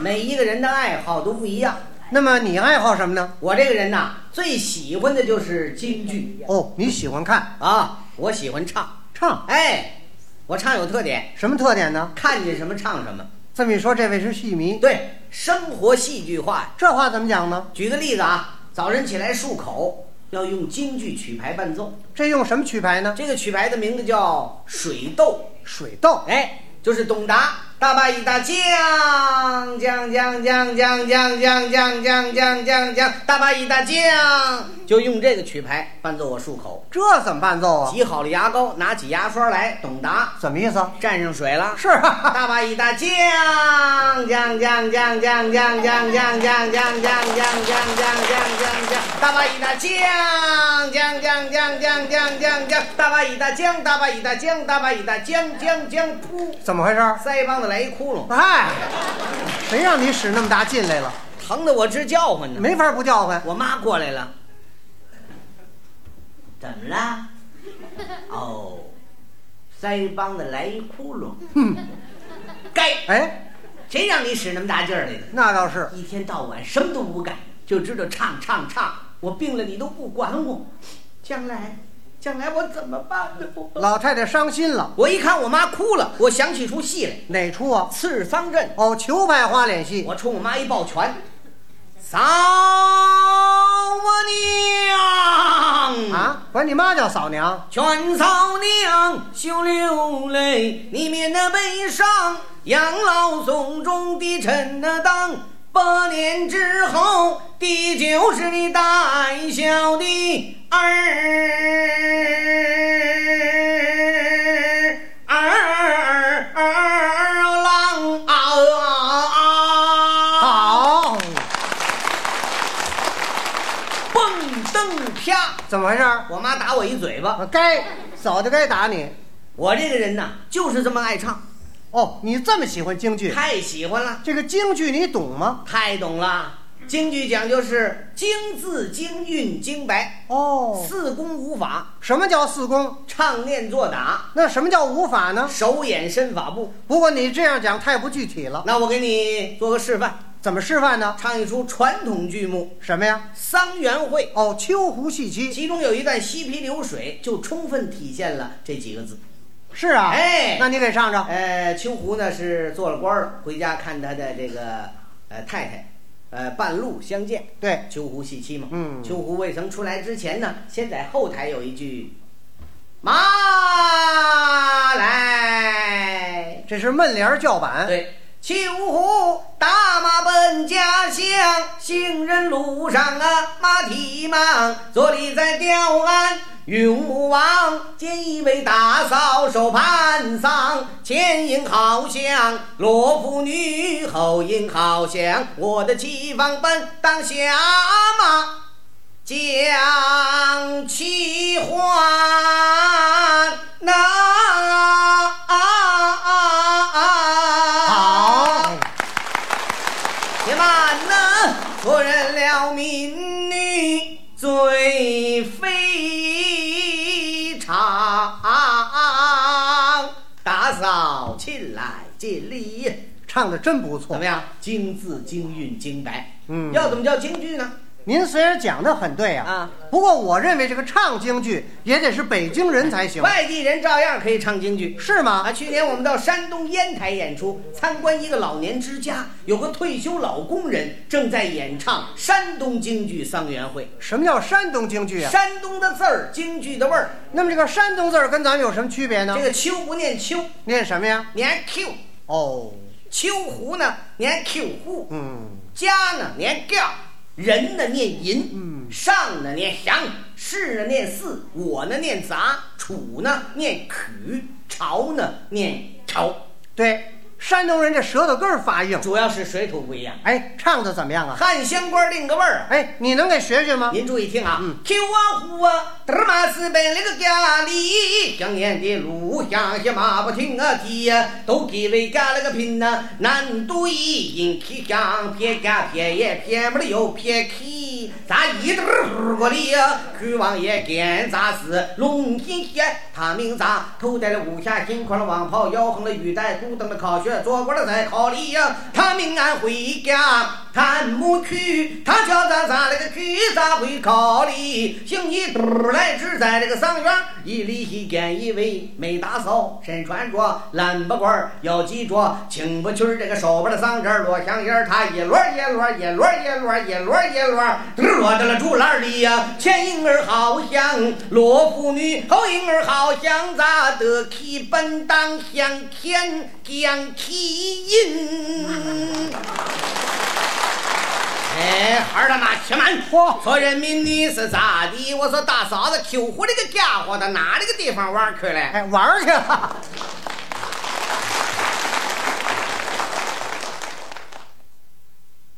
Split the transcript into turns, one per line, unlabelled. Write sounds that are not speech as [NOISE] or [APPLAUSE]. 每一个人的爱好都不一样。
那么你爱好什么呢？
我这个人呐，最喜欢的就是京剧
哦，你喜欢看
啊，我喜欢唱，
唱，
哎，我唱有特点，
什么特点呢？
看见什么唱什么。
这么一说，这位是戏迷，
对，生活戏剧化呀。
这话怎么讲呢？
举个例子啊，早晨起来漱口要用京剧曲牌伴奏，
这用什么曲牌呢？
这个曲牌的名字叫《水斗
水斗》，。
哎，就是董达大坝一打将，将将将将将将将将将将将，大坝一打将，就用这个曲牌伴奏我漱口。
这怎么伴奏啊？
挤好了牙膏，拿起牙刷来，董达
怎么意思啊？
蘸上水了。
是啊， [LAUGHS]
大坝一打将，将将将将将将将将将将将将将将将，大坝一打将，将将将将将将将，大坝一打将，大坝一打将，大坝一打将将将，噗，
怎么回事儿？
腮帮子来一窟窿，
嗨，谁让你使那么大劲来了？
疼得我直叫唤呢。
没法不叫唤。
我妈过来了，怎么了？哦，腮帮子来一窟窿，该
哎，
谁让你使那么大劲儿来的？
那倒是，
一天到晚什么都不干，就知道唱唱唱。我病了，你都不管我，将来，将来我怎么办呢？我
老太太伤心了。
我一看我妈哭了，我想起出戏来，
哪出啊？
《刺桑镇
哦，裘派花脸》，戏。
我冲我妈一抱拳，嫂我娘！
啊，管你妈叫嫂娘，
全嫂娘休流泪，你免那悲伤。养老送终的臣那当，八年之后，第九是你带小的儿儿儿儿郎啊啊！
好，
蹦蹬啪！
怎么回事儿？
我妈打我一嘴巴，
啊该早就该打你。
我这个人呐，就是这么爱唱，
哦，你这么喜欢京剧，
太喜欢了。
这个京剧你懂吗？
太懂了，京剧讲究是京字、京韵、京白，
哦，
四功五法，
什么叫四功？
唱念做打，
那什么叫五法呢？
手眼身法步。
不过你这样讲太不具体了，
那我给你做个示范，
怎么示范呢？
唱一出传统剧目
什么呀？
《桑园会
哦，秋胡戏妻。》，
其中有一段嬉皮流水，就充分体现了这几个字。
是啊，
哎
那你给唱唱。
呃，秋胡呢是做了官儿了，回家看他的这个呃太太，呃半路相见，
对，
秋胡戏妻嘛。
嗯
秋胡未曾出来之前呢，先在后台有一句“马来
这是闷帘儿叫”，板。
对。秋胡打马奔家乡，行人路上啊马蹄忙。昨里在雕鞍云母王，见一位大嫂手盘桑，前迎好像罗妇女，后迎好像我的妻房奔当下马。将其还呐、
好，
且慢呐，错认了民女最非常。打扫进来尽力，
唱的真不
怎
错
么。样？京字、京韵、京白，
嗯
要怎么叫京剧呢？
您虽然讲的很对啊
啊，
不过我认为这个唱京剧也得是北京人才行，
外地人照样可以唱京剧。
是吗？
啊，去年我们到山东烟台演出，参观一个老年之家，有个退休老工人正在演唱山东京剧《桑园会
什么叫山东京剧》，啊？
山东的字儿，京剧的味儿。
那么这个山东字儿跟咱们有什么区别呢
这？个秋不念秋，
念什么呀？
念 Q；
哦，
秋胡呢，念 Q 胡；
嗯，
家呢，念 g；人呢，念银；上呢，念祥；士呢，念四；我呢，念杂；楚呢，念曲；朝呢，念朝。
对，山东人这舌头根儿发硬。
主要是水土不一样，
哎，唱的怎么样啊？
汉香官另个味儿啊。
哎，你能给学学吗？
您注意听啊，Q 啊呼啊，德尔玛斯奔那个家里，想念的路向下马不停啊蹄呀，都给为干了个拼呐，难度一引起想撇干撇也撇不了又撇去。里，咱一头扑过里呀，去王爷见咱是龙天仙，他命咱头戴了五下金盔了王袍，腰横了玉带，肚蹬了烤靴，坐过了在烤里呀，他命俺回家看母去，他叫咱咱那个去咱回考里，行一肚儿来只在这个桑园，一里一见一位美大嫂，身穿着蓝布褂儿，要记住青布裙儿这个手边的桑枝儿落香烟儿，她一摞儿一摞儿一摞儿一摞儿一摞儿一摞儿落到了竹篮儿里呀，前影儿好像罗妇女，后影儿好像咱的气奔当向前将气引。哎，孩儿他妈且慢！
嚯
说人民你是咋的？我说大嫂子，秋胡这个家伙的哪里个地方玩去了？
哎，玩儿去了，